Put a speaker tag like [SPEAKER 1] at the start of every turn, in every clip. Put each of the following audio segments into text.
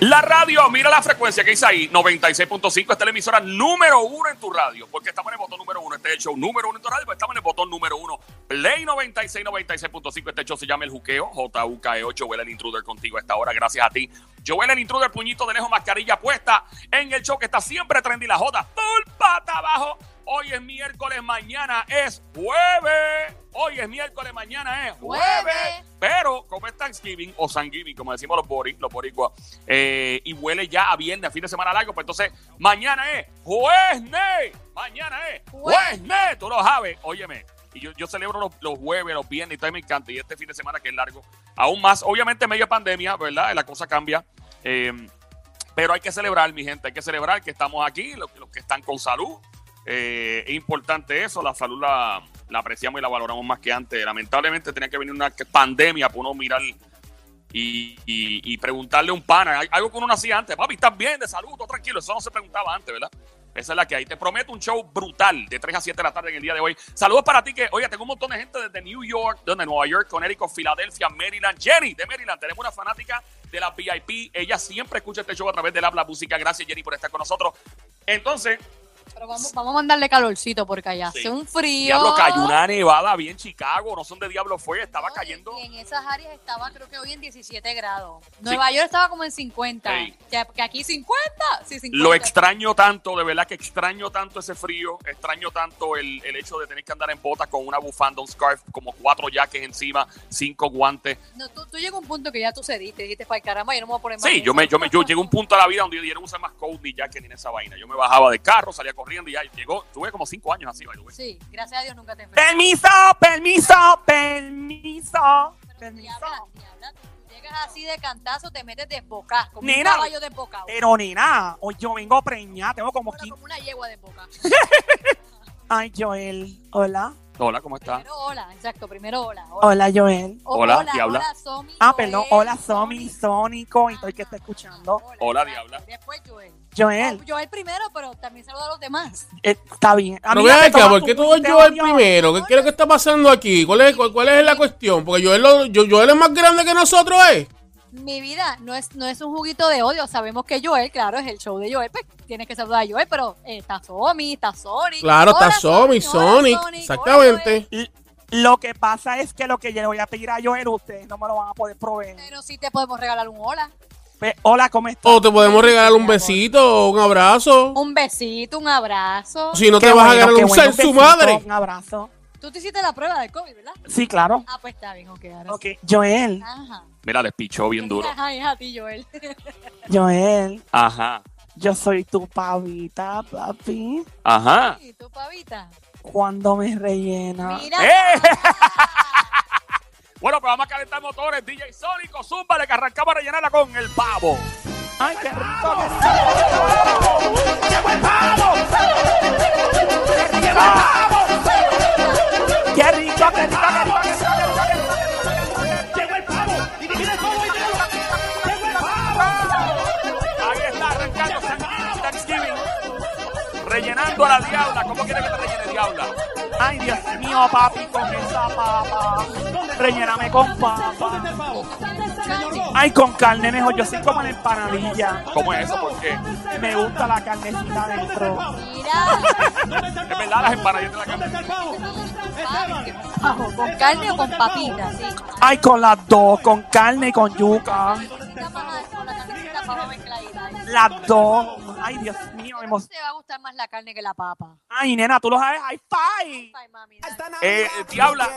[SPEAKER 1] La radio, mira la frecuencia que dice ahí, 96.5, esta es la emisora número uno en tu radio, porque estamos en el botón número uno, este es el show número uno en tu radio, pues estamos en el botón número uno, Play 96, 96.5, este show se llama El Juqueo, JUKE8, E Joel el Intruder contigo a esta hora, gracias a ti, Joel el Intruder, puñito de lejos, mascarilla puesta en el show que está siempre trendy la jota, full pata abajo, hoy es miércoles, mañana es jueves, hoy es miércoles, mañana es jueves.
[SPEAKER 2] Jueves.
[SPEAKER 1] Pero como es Thanksgiving o Thanksgiving, como decimos los, bori, los boricuas, eh, y huele ya a viernes, a fin de semana largo, pues entonces mañana es jueves, mañana es
[SPEAKER 2] Jueves.
[SPEAKER 1] jueves, tú lo sabes, óyeme. Y yo, yo celebro los, los jueves, los viernes, y todo me encanta. Y este fin de semana que es largo, aún más, obviamente medio pandemia, ¿verdad? La cosa cambia. eh, pero hay que celebrar, mi gente, hay que celebrar que estamos aquí, los, los que están con salud. Eh, es importante eso, la salud la, la apreciamos y la valoramos más que antes. Lamentablemente tenía que venir una que- pandemia para uno mirar y, y- y preguntarle a un pana, al- algo que uno no hacía antes, papi, ¿estás bien de salud? ¿Todo tranquilo? Eso no se preguntaba antes, ¿verdad? Esa es la que hay. Te prometo un show brutal de 3 a 7 de la tarde en el día de hoy. Saludos para ti que, oye, tengo un montón de gente desde New York, desde Nueva York, Connecticut, Filadelfia, Maryland. Jenny de Maryland, tenemos una fanática de la VIP. Ella siempre escucha este show a través de la, la música. Gracias, Jenny, por estar con nosotros. Entonces,
[SPEAKER 2] Pero vamos, vamos a mandarle calorcito porque allá
[SPEAKER 1] Sí.
[SPEAKER 2] hace un frío.
[SPEAKER 1] Diablo, cayó una nevada bien Chicago, no son de Diablo fue, estaba
[SPEAKER 2] No, y-
[SPEAKER 1] cayendo.
[SPEAKER 2] Y en esas áreas estaba, creo que hoy en 17 grados. Nueva York estaba como en 50.
[SPEAKER 1] Ey.
[SPEAKER 2] Que, que aquí 50. Sí, 50.
[SPEAKER 1] Lo extraño tanto, de verdad que extraño tanto ese frío, extraño tanto el, el hecho de tener que andar en botas con una bufanda, un scarf, como cuatro jaques encima, cinco guantes.
[SPEAKER 2] No, tú, tú llegas a un punto que ya tú cediste. Dijiste, para caramba, yo no me voy a poner más
[SPEAKER 1] Sí, yo me, yo me, yo llegué a un punto a la vida donde yo no usar más coat ni jacket ni esa vaina. Yo me bajaba del carro, salía corriendo y ya llegó, tuve como cinco años así, by the way.
[SPEAKER 2] Sí, gracias a Dios nunca te enfermas.
[SPEAKER 1] Permiso,
[SPEAKER 3] Ah,
[SPEAKER 1] permiso, permiso.
[SPEAKER 2] Pero ni hablas, ni hablas. Tú Llegas así de cantazo, te metes desbocado. Como
[SPEAKER 3] Nena.
[SPEAKER 2] un caballo desbocado.
[SPEAKER 1] eh,
[SPEAKER 3] Pero nena, hoy yo vengo preñada, tengo como
[SPEAKER 2] Bueno,
[SPEAKER 3] 15.
[SPEAKER 2] como una yegua desbocada.
[SPEAKER 3] Ay, Joel, hola.
[SPEAKER 1] Hola, ¿cómo estás?
[SPEAKER 2] Primero hola, exacto, primero hola. hola.
[SPEAKER 3] Hola, Joel.
[SPEAKER 2] O-
[SPEAKER 1] Hola, Diabla.
[SPEAKER 2] Hola, Somi.
[SPEAKER 3] Ah, perdón,
[SPEAKER 2] Joel,
[SPEAKER 3] hola Somi, Sónico, y todo el que está
[SPEAKER 2] Ajá,
[SPEAKER 3] escuchando.
[SPEAKER 2] ajá,
[SPEAKER 1] Hola,
[SPEAKER 2] exacto.
[SPEAKER 1] Diabla.
[SPEAKER 2] Después Joel.
[SPEAKER 3] Joel,
[SPEAKER 2] Yo el primero, pero también saludo a los demás.
[SPEAKER 3] eh, está bien.
[SPEAKER 4] Pero
[SPEAKER 3] Amiga,
[SPEAKER 4] ven
[SPEAKER 3] te
[SPEAKER 4] acá,
[SPEAKER 3] tomas
[SPEAKER 4] ¿por
[SPEAKER 3] tu
[SPEAKER 4] qué tú ves
[SPEAKER 3] puñito,
[SPEAKER 4] Joel
[SPEAKER 3] Dios.
[SPEAKER 4] primero? ¿Qué, qué es lo que está pasando aquí? ¿Cuál es, cuál, cuál es la cuestión? Porque Joel, lo- Yo- Joel es más grande que nosotros, ¿eh?
[SPEAKER 2] Mi vida no es, no es un juguito de odio. Sabemos que Joel, claro, es el show de Joel. Pues tienes que saludar a Joel, pero eh, está Somi, está Sonic.
[SPEAKER 4] Claro,
[SPEAKER 2] Hola,
[SPEAKER 4] está Sonic,
[SPEAKER 2] hola,
[SPEAKER 4] Sonic.
[SPEAKER 2] hola, Joel.
[SPEAKER 4] Exactamente.
[SPEAKER 3] Lo que pasa es que lo que yo le voy a pedir a Joel, ustedes no me lo van a poder proveer.
[SPEAKER 2] Pero sí te podemos regalar un hola.
[SPEAKER 3] Pe- hola, ¿cómo estás?
[SPEAKER 4] O te podemos regalar un
[SPEAKER 2] Mi amor. Oh,
[SPEAKER 4] besito, un abrazo.
[SPEAKER 2] Un besito, un abrazo.
[SPEAKER 4] Si no
[SPEAKER 3] Qué
[SPEAKER 4] te vas a
[SPEAKER 3] bueno,
[SPEAKER 4] ganar
[SPEAKER 3] qué
[SPEAKER 4] un
[SPEAKER 3] bueno,
[SPEAKER 4] ser su
[SPEAKER 3] besito,
[SPEAKER 4] madre.
[SPEAKER 3] Un abrazo.
[SPEAKER 2] Tú te hiciste la prueba del COVID, ¿verdad?
[SPEAKER 3] Sí, claro.
[SPEAKER 2] Ah, pues está bien, ok. Ahora
[SPEAKER 3] Ok, Joel,
[SPEAKER 2] sí. Ajá.
[SPEAKER 1] Mira, les pichó bien duro.
[SPEAKER 2] Ajá, es a ti, Joel.
[SPEAKER 3] Joel,
[SPEAKER 1] Ajá,
[SPEAKER 3] yo soy tu pavita, papi.
[SPEAKER 1] ajá.
[SPEAKER 2] ¿Y tú, pavita?
[SPEAKER 3] Cuando me rellena.
[SPEAKER 2] Mira.
[SPEAKER 1] ¡Eh! Bueno, pues vamos a calentar motores. DJ Sónico, zúmbale que arrancamos a rellenarla con el pavo.
[SPEAKER 3] Ay, qué rico, qué rico. ¡Qué rico, qué rico, qué rico, qué rico, qué rico,
[SPEAKER 1] Ahí está, arrancando San- Thanksgiving. Rellenando a la diabla. ¿Cómo quiere que te rellene diabla?
[SPEAKER 3] qué rico! Ay, Dios mío, papi, con esa papa. Relléname con papa. Ay, con carne mejor. Yo soy como la empanadilla.
[SPEAKER 1] ¿Cómo es eso? ¿Por qué?
[SPEAKER 3] Me gusta la carnecita dentro.
[SPEAKER 2] Mira.
[SPEAKER 1] Es verdad, las empanadillas de la carne.
[SPEAKER 2] ¿Con carne o con papita? Sí.
[SPEAKER 3] Ay, con las dos, con carne y con yuca.
[SPEAKER 2] Necesita más con la carnecita papa mezcladita. ahí.
[SPEAKER 3] Las dos. Ay, Dios mío,
[SPEAKER 2] ¿Cómo
[SPEAKER 3] hemos-
[SPEAKER 2] te va a gustar más la carne que la papa?
[SPEAKER 3] Ay, nena, tú lo sabes. Ay, five.
[SPEAKER 2] Ay, mami, dale.
[SPEAKER 1] Eh, diabla.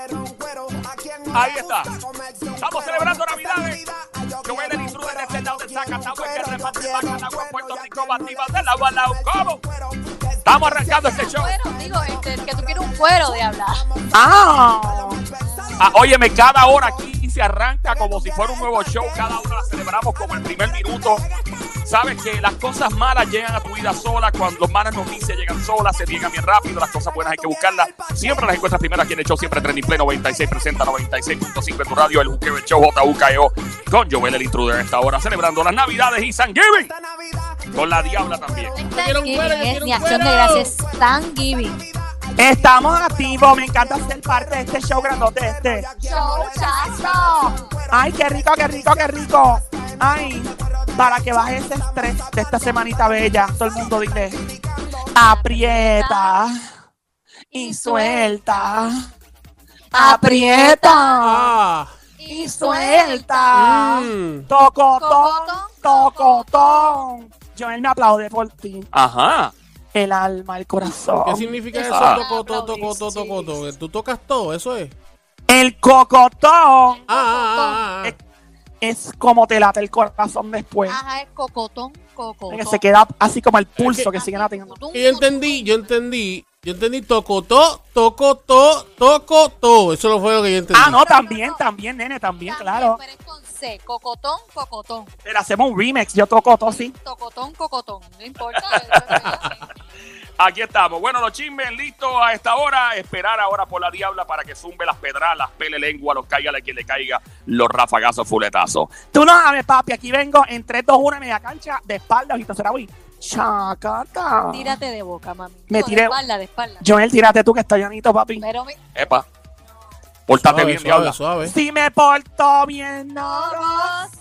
[SPEAKER 5] Ahí está. Estamos celebrando Navidades.
[SPEAKER 1] Yo voy
[SPEAKER 5] Joel
[SPEAKER 1] del
[SPEAKER 5] el
[SPEAKER 1] intruder
[SPEAKER 5] intruder
[SPEAKER 1] de este lado de Zacatau,
[SPEAKER 5] Zacatau,
[SPEAKER 1] el
[SPEAKER 5] que
[SPEAKER 1] que reparte
[SPEAKER 5] reparte
[SPEAKER 1] Zacatau a
[SPEAKER 5] Zacatau,
[SPEAKER 1] Puerto
[SPEAKER 5] Puerto
[SPEAKER 1] Rico,
[SPEAKER 5] Rico,
[SPEAKER 1] bativa
[SPEAKER 5] batibas
[SPEAKER 1] de la
[SPEAKER 5] de la
[SPEAKER 1] bala,
[SPEAKER 5] bala,
[SPEAKER 1] ¿cómo?
[SPEAKER 5] ¿cómo?
[SPEAKER 1] Estamos arrancando este show.
[SPEAKER 2] Cuero, digo, este, el que tú quieres un cuero de hablar.
[SPEAKER 3] Ah.
[SPEAKER 1] Ah, óyeme, cada hora aquí se arranca como si fuera un nuevo show. Cada hora la celebramos como el primer minuto. Sabes que las cosas malas llegan a tu vida solas. Cuando las malas noticias llegan solas, se llegan bien rápido. Las cosas buenas hay que buscarlas. Siempre las encuentras primero aquí en el show. Siempre Trending Play 96 presenta 96.5 en tu radio. El Juqueo, el show JUKEO. E Con Joel el Intruder a esta hora. Celebrando las Navidades y San Giving. Con la diabla también.
[SPEAKER 4] quiero un cuero, yo
[SPEAKER 2] es
[SPEAKER 4] quiero
[SPEAKER 2] mi
[SPEAKER 4] un
[SPEAKER 2] acción de
[SPEAKER 4] cuero.
[SPEAKER 2] gracias. Thanksgiving.
[SPEAKER 3] Estamos activos. Me encanta ser parte de este show grandote este.
[SPEAKER 2] Chochazo.
[SPEAKER 3] Ay, qué rico, qué rico, qué rico. Ay, para que baje ese estrés de esta semanita bella. Todo el mundo dile, aprieta y suelta. Aprieta
[SPEAKER 4] Ah.
[SPEAKER 3] y suelta.
[SPEAKER 4] Mm.
[SPEAKER 3] Tocotón, tocotón. Joel me aplaude por ti.
[SPEAKER 1] Ajá.
[SPEAKER 3] El alma, el
[SPEAKER 4] ¿Qué
[SPEAKER 3] corazón.
[SPEAKER 4] significa eso?
[SPEAKER 1] Ah.
[SPEAKER 4] Tocoto, tocoto, tocoto. Que Tú tocas todo, eso es.
[SPEAKER 3] El cocotón
[SPEAKER 4] Ah, ah, ah, ah.
[SPEAKER 3] es como te late el corazón después.
[SPEAKER 2] Pues. Ajá, es cocotón, cocotón.
[SPEAKER 3] Que se queda así como el pulso que sigue latiendo.
[SPEAKER 4] Y yo entendí, yo entendí, yo entendí tocotó, tocotó, tocotó. Eso lo fue lo que yo entendí.
[SPEAKER 3] Ah, no, también, también, nene, también, pues. claro.
[SPEAKER 2] Pero es con C, cocotón, cocotón,
[SPEAKER 3] Pero hacemos un remix, yo toco todo sí.
[SPEAKER 2] tocotón, cocotón. No importa. eso es-
[SPEAKER 1] Aquí estamos. Bueno, los chismes listos a esta hora. Esperar ahora por la diabla para que zumbe las pedradas, las pele lengua, los caiga a quien le caiga, los rafagazos, fuletazos.
[SPEAKER 3] Tú no sabes, papi, aquí vengo en 3, 2, 1 media cancha, de espalda, ojito será voy. Chacata.
[SPEAKER 2] Tírate de boca, mami.
[SPEAKER 3] Me
[SPEAKER 2] No,
[SPEAKER 3] tiré-
[SPEAKER 2] De espalda, de espalda.
[SPEAKER 3] Joel, tírate tú que está llanito, papi.
[SPEAKER 2] Pero mi-
[SPEAKER 1] Epa. Pórtate
[SPEAKER 4] Suave,
[SPEAKER 1] bien, diabla.
[SPEAKER 4] suave, suave.
[SPEAKER 3] Si me porto bien, no.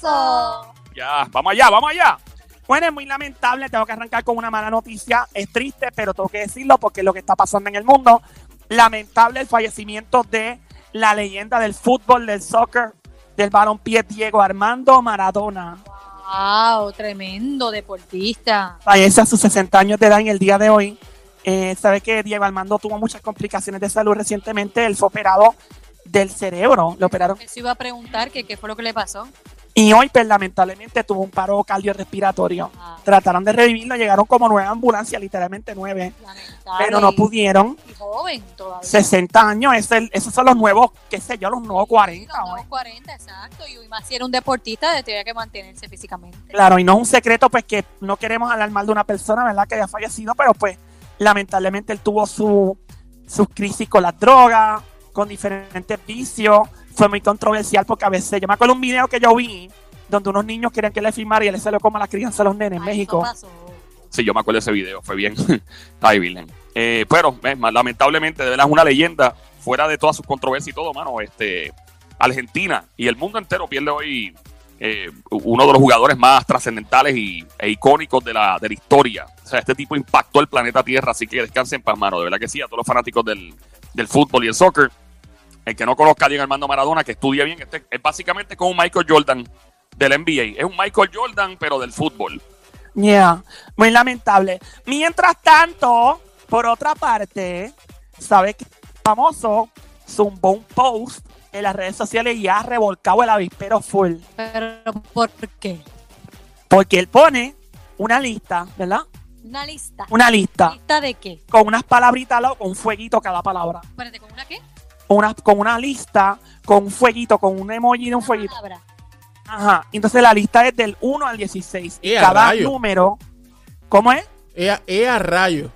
[SPEAKER 2] Horroroso.
[SPEAKER 1] Ya, vamos allá, vamos allá.
[SPEAKER 3] Bueno, es muy lamentable, tengo que arrancar con una mala noticia. Es triste, pero tengo que decirlo porque es lo que está pasando en el mundo. Lamentable el fallecimiento de la leyenda del fútbol, del soccer, del balompié Diego Armando Maradona.
[SPEAKER 2] Wow, tremendo deportista.
[SPEAKER 3] Fallece a sus 60 años de edad en el día de hoy. Eh, Sabe que Diego Armando tuvo muchas complicaciones de salud recientemente. Él fue operado del cerebro, le operaron.
[SPEAKER 2] Eso iba a preguntar que qué fue lo que le pasó.
[SPEAKER 3] Y hoy, pues, lamentablemente, tuvo un paro cardiorrespiratorio.
[SPEAKER 2] Ah,
[SPEAKER 3] Trataron de revivirlo, llegaron como nueve ambulancias, literalmente nueve,
[SPEAKER 2] lamentable.
[SPEAKER 3] pero no pudieron.
[SPEAKER 2] Y joven todavía.
[SPEAKER 3] 60 años, es el- esos son los nuevos, qué sé yo, los nuevos 40.
[SPEAKER 2] Los nuevos
[SPEAKER 3] ¿no?
[SPEAKER 2] 40, exacto. Y más si era un deportista, de tenía que mantenerse físicamente.
[SPEAKER 3] Claro, y no es un secreto, pues que no queremos hablar mal de una persona, ¿verdad? Que haya fallecido, pero pues lamentablemente él tuvo su, sus crisis con las drogas, con diferentes vicios. Fue muy controversial porque a veces, yo me acuerdo un video que yo vi donde unos niños querían que le firmara y él se lo coma a la crianza a los nenes en
[SPEAKER 2] Ay,
[SPEAKER 3] México.
[SPEAKER 2] eso pasó.
[SPEAKER 1] Sí, yo me acuerdo de ese video, fue bien. Ay, Virgen. Eh, pero, es más, lamentablemente, de verdad es una leyenda, fuera de todas sus controversias y todo, mano, este, Argentina y el mundo entero pierde hoy eh, uno de los jugadores más trascendentales y, e icónicos de la, de la historia. O sea, este tipo impactó el planeta Tierra, así que descansen para mano. De verdad que sí, a todos los fanáticos del, del fútbol y el soccer. El que no conozca a Diego Armando Maradona, que estudie bien, este es básicamente como un Michael Jordan del NBA. Es un Michael Jordan, pero del fútbol.
[SPEAKER 3] Yeah, muy lamentable. Mientras tanto, por otra parte, sabes que el famoso zumbó un post en las redes sociales y ha revolcado el avispero full.
[SPEAKER 2] Pero, ¿por qué?
[SPEAKER 3] Porque él pone una lista, ¿verdad?
[SPEAKER 2] Una lista.
[SPEAKER 3] Una lista
[SPEAKER 2] ¿Lista de qué?
[SPEAKER 3] con unas palabritas, al lado, con un fueguito cada palabra.
[SPEAKER 2] Espérate, ¿con una qué?
[SPEAKER 3] Una, con una lista, con un fueguito, con un emoji de un
[SPEAKER 2] Una
[SPEAKER 3] fueguito.
[SPEAKER 2] palabra.
[SPEAKER 3] Ajá. Entonces la lista es del 1 al 16. Y
[SPEAKER 4] ¡Eh, a
[SPEAKER 3] cada
[SPEAKER 4] rayo!
[SPEAKER 3] número, ¿cómo es?
[SPEAKER 4] Ea, ea rayo.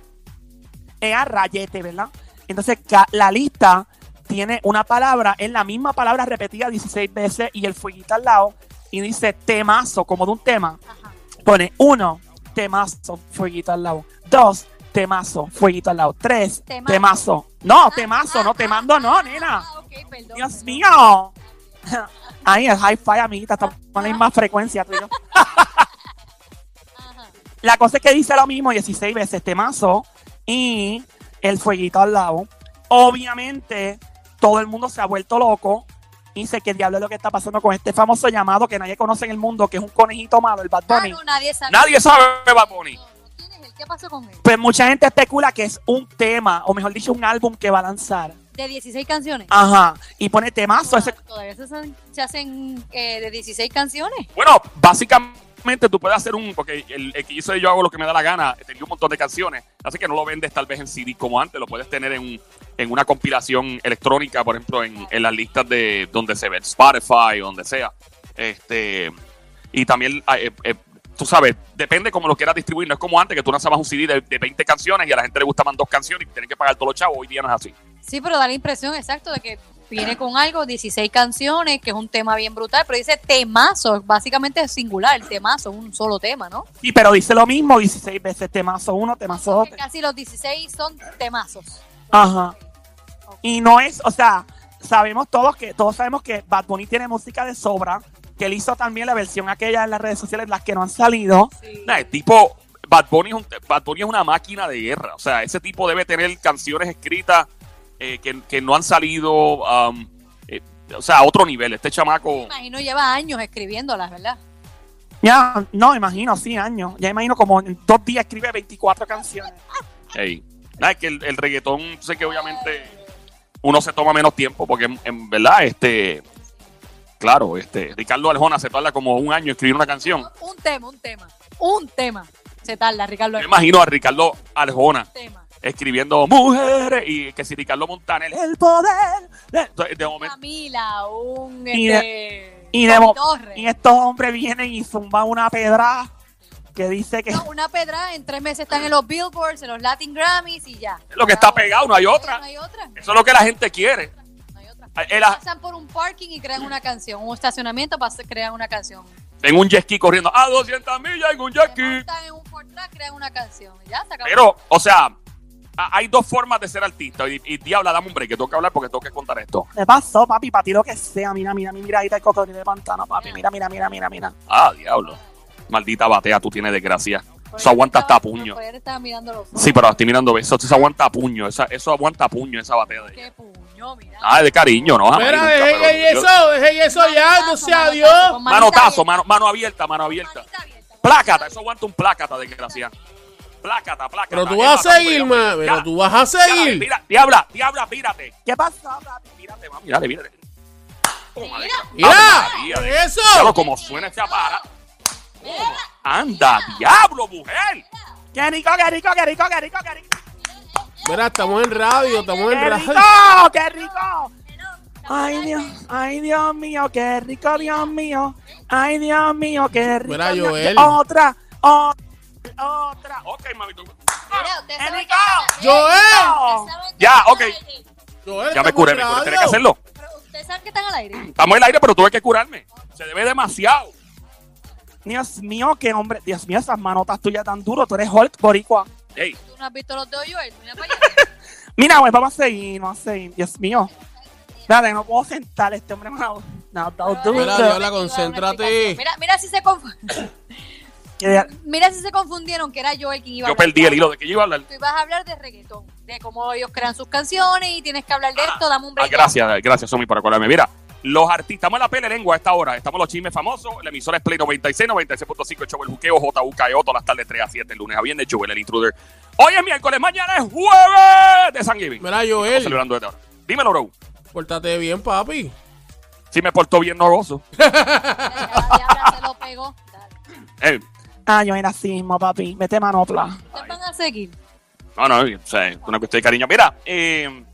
[SPEAKER 3] es a rayete, ¿verdad? Entonces, ca- la lista tiene una palabra, es la misma palabra repetida 16 veces y el fueguito al lado y dice temazo, como de un tema.
[SPEAKER 2] Ajá.
[SPEAKER 3] Pone uno, temazo, fueguito al lado. Dos, temazo, fueguito al lado. Tres,
[SPEAKER 2] Temazo.
[SPEAKER 3] temazo. No,
[SPEAKER 2] Ah,
[SPEAKER 3] temazo,
[SPEAKER 2] ah,
[SPEAKER 3] no, te mando, no,
[SPEAKER 2] ah,
[SPEAKER 3] nena.
[SPEAKER 2] ah, ok, perdón,
[SPEAKER 3] Dios
[SPEAKER 2] perdón.
[SPEAKER 3] mío. Ay, el hi-fi, amiguita, estamos en la misma frecuencia, tú y yo.
[SPEAKER 2] Ajá. Ah,
[SPEAKER 3] La cosa es que dice lo mismo 16 veces este mazo y el fueguito al lado. Obviamente, todo el mundo se ha vuelto loco. Y sé que diablo es lo que está pasando con este famoso llamado que nadie conoce en el mundo, que es un conejito malo, el Bad
[SPEAKER 2] Ah,
[SPEAKER 3] Bunny.
[SPEAKER 2] no, nadie sabe.
[SPEAKER 1] Nadie sabe, Bad Bunny.
[SPEAKER 2] No, no, ¿Quién es él? ¿Qué pasó con él?
[SPEAKER 3] Pues mucha gente especula que es un tema, o mejor dicho, un álbum que va a lanzar.
[SPEAKER 2] De 16 canciones.
[SPEAKER 3] Ajá. Y pone temazo.
[SPEAKER 2] Toda-
[SPEAKER 3] Ese,
[SPEAKER 2] Todavía se hacen, se hacen, eh, de 16 canciones.
[SPEAKER 1] Bueno, básicamente tú puedes hacer un. Porque el, el que hice yo hago lo que me da la gana. Tenía un montón de canciones. Así que no lo vendes tal vez en CD como antes. Lo puedes tener en, en una compilación electrónica, por ejemplo, en, en las listas de donde se ve el Spotify, donde sea. Este. Y también. ah, eh, eh, Tú sabes, depende como lo quieras distribuir. No es como antes que tú lanzabas un CD de, de 20 canciones y a la gente le gustaban dos canciones y tienen que pagar todos los chavos. Hoy día no es así.
[SPEAKER 2] Sí, pero da la impresión exacto de que viene con algo, 16 canciones, que es un tema bien brutal, pero dice temazo, básicamente es singular, temazo, un solo tema, ¿no?
[SPEAKER 3] y pero dice lo mismo 16 veces, temazo uno, temazo
[SPEAKER 2] Que
[SPEAKER 3] otro.
[SPEAKER 2] Casi los 16 son temazos.
[SPEAKER 3] Ajá. Y no es, o sea, sabemos todos que, todos sabemos que Bad Bunny tiene música de sobra, que él hizo también la versión aquella en las redes sociales, las que no han salido.
[SPEAKER 1] Nah, el tipo, Bad Bunny, es un- Bad Bunny es una máquina de guerra. O sea, ese tipo debe tener canciones escritas eh, que, que no han salido, um, eh, o sea, a otro nivel. Este chamaco,
[SPEAKER 2] Imagino lleva años escribiéndolas, ¿verdad?
[SPEAKER 3] Ya, no, imagino, sí, años. Ya imagino como en dos días escribe 24 canciones.
[SPEAKER 1] hey. Nah, es que el, el reggaetón, sé que obviamente uno se toma menos tiempo, porque en, en verdad, este, claro, este, Ricardo Arjona se tarda como un año en escribir una canción.
[SPEAKER 2] Un tema, un tema. Un tema. Se tarda, Ricardo.
[SPEAKER 1] Yo imagino a Ricardo Arjona
[SPEAKER 2] Un tema.
[SPEAKER 1] escribiendo mujeres y que si Ricardo Montaner,
[SPEAKER 3] El poder. de-
[SPEAKER 1] de- de momento.
[SPEAKER 2] Camila, un
[SPEAKER 3] Y
[SPEAKER 2] este,
[SPEAKER 3] Y, de mo-
[SPEAKER 2] Tommy Torres.
[SPEAKER 3] y estos hombres vienen y zumban una pedra que dice que
[SPEAKER 2] No, una pedra en tres meses están en los Billboards, en los Latin Grammys y ya.
[SPEAKER 1] Es lo que está
[SPEAKER 2] Bravo.
[SPEAKER 1] pegado, no hay otra.
[SPEAKER 2] No hay otra.
[SPEAKER 1] Eso es lo que la gente quiere.
[SPEAKER 2] No hay otra.
[SPEAKER 1] El a-
[SPEAKER 2] Pasan por un parking y crean una canción, un estacionamiento para hacer- crear una canción.
[SPEAKER 1] en un jet ski corriendo a 200 millas en un
[SPEAKER 2] Se
[SPEAKER 1] jet ski.
[SPEAKER 2] montan en un Ford Truck, crean una canción. y Ya se acabó.
[SPEAKER 1] Pero, o sea, a- hay dos formas de ser artista. Y, y diabla, dame un break, que tengo que hablar porque tengo que contar esto.
[SPEAKER 3] me pasó, papi, para ti lo que sea. Mira, mira, mira, mira, ahí está el cocodrilo de pantano, papi. Mira, mira, mira, mira, mira.
[SPEAKER 1] Ah, diablo. Maldita batea, tú tienes desgracia.
[SPEAKER 2] Por
[SPEAKER 1] Eso
[SPEAKER 2] ahí
[SPEAKER 1] aguanta
[SPEAKER 2] estaba-
[SPEAKER 1] hasta puño.
[SPEAKER 2] por ahí estaba mirando los
[SPEAKER 1] Sí, pero estoy mirando, eso, eso aguanta a puño, esa- eso aguanta a puño, esa batea de ella.
[SPEAKER 2] Qué puño, mira.
[SPEAKER 1] Ah, de cariño, ¿no? Jamás
[SPEAKER 4] Espera,
[SPEAKER 1] nunca,
[SPEAKER 4] dejen
[SPEAKER 1] pero yo-
[SPEAKER 4] eso, dejen eso ya, no
[SPEAKER 2] Manotazo,
[SPEAKER 4] sea
[SPEAKER 2] manotazo,
[SPEAKER 4] Dios.
[SPEAKER 2] con manita
[SPEAKER 1] Manotazo,
[SPEAKER 2] abierta,
[SPEAKER 1] mano, mano abierta, mano abierta.
[SPEAKER 2] manita abierta.
[SPEAKER 1] Plácata, eso aguanta un plácata, desgracia. Plácata, plácata.
[SPEAKER 4] Pero tú
[SPEAKER 1] Emma,
[SPEAKER 4] vas a
[SPEAKER 1] dame un
[SPEAKER 4] seguir,
[SPEAKER 1] break,
[SPEAKER 4] ma,
[SPEAKER 1] hombre.
[SPEAKER 4] pero
[SPEAKER 1] Ya,
[SPEAKER 4] tú vas a
[SPEAKER 1] Diabla,
[SPEAKER 4] seguir.
[SPEAKER 1] mira, diabla, diabla, pírate.
[SPEAKER 3] ¿Qué pasó, papi?
[SPEAKER 1] Mírate, mami, dale, mírate. Toma,
[SPEAKER 2] Mira.
[SPEAKER 1] deja.
[SPEAKER 4] Mira,
[SPEAKER 1] Ave María,
[SPEAKER 4] dejen
[SPEAKER 1] deja.
[SPEAKER 4] eso.
[SPEAKER 1] Diablo, como suena ese para. Anda, diablo, mujer.
[SPEAKER 3] ¡Qué rico, qué rico, qué rico, qué rico, qué rico!
[SPEAKER 4] Mira, estamos en radio, estamos en
[SPEAKER 3] ¡Qué
[SPEAKER 4] radio.
[SPEAKER 3] rico, qué rico! Ay, Dios, ay, Dios mío, qué rico, Dios mío. Ay, Dios mío, qué rico.
[SPEAKER 4] Fuera
[SPEAKER 3] Dios-
[SPEAKER 4] Joel.
[SPEAKER 3] Otra, otra, otra.
[SPEAKER 1] Ok, mami, tú-
[SPEAKER 2] Mira, ustedes saben
[SPEAKER 3] Enrico.
[SPEAKER 2] que-
[SPEAKER 4] Joel.
[SPEAKER 2] Ustedes saben que
[SPEAKER 1] Ya,
[SPEAKER 2] están
[SPEAKER 1] ok.
[SPEAKER 2] al aire.
[SPEAKER 4] Joel,
[SPEAKER 1] Ya
[SPEAKER 4] estamos
[SPEAKER 1] me
[SPEAKER 4] en
[SPEAKER 1] curé, me curé.
[SPEAKER 4] radio.
[SPEAKER 1] Tenía que hacerlo.
[SPEAKER 2] Pero Ustedes saben que están al aire.
[SPEAKER 1] Estamos en el aire, pero tuve que curarme. Se debe demasiado.
[SPEAKER 3] Dios mío, qué hombre. Dios mío, esas manotas tuyas tan duro. Tú eres Hulk Boricua.
[SPEAKER 1] Ey,
[SPEAKER 2] Tú no has visto los de hoy, Joel. Mira para allá.
[SPEAKER 3] Mira, güey, vamos a seguir, vamos a seguir. Dios mío. Dale, no puedo sentar este hombre. No, no, no, no.
[SPEAKER 4] Mira,
[SPEAKER 2] Ahora
[SPEAKER 4] Diabla,
[SPEAKER 2] les voy a dar una
[SPEAKER 4] concéntrate.
[SPEAKER 2] explicación. Mira, mira si se conf-
[SPEAKER 3] Que-
[SPEAKER 2] mira si se confundieron que era Joel quien iba a
[SPEAKER 1] yo
[SPEAKER 2] hablar.
[SPEAKER 1] perdí el hilo de que yo iba a hablar.
[SPEAKER 2] Tú ibas a hablar de reggaetón, de cómo ellos crean sus canciones y tienes que hablar de esto, dame un
[SPEAKER 1] Ah,
[SPEAKER 2] break.
[SPEAKER 1] gracias, gracias, Somi, por acordarme. Mira, los artistas, estamos en la pele lengua a esta hora. Estamos en los chismes famosos. La emisora es Play 96, 96.5, el show El Juqueo, JUKEO, todas E, las tardes 3 a 7, el lunes a viernes, Joel, el intruder. Hoy es miércoles, mañana es jueves de San Giving.
[SPEAKER 4] Mira,
[SPEAKER 1] Estamos
[SPEAKER 4] Joel,
[SPEAKER 1] celebrando desde ahora. Dímelo, bro.
[SPEAKER 4] pórtate bien, papi.
[SPEAKER 1] Si me portó bien, no gozo.
[SPEAKER 2] Ya, ya, ya se lo pegó. Dale.
[SPEAKER 1] Eh,
[SPEAKER 3] Ah, yo era racismo, papi. Mete manopla.
[SPEAKER 2] Ustedes van a seguir.
[SPEAKER 1] no, no, o sea, es una cuestión de cariño. Mira, eh,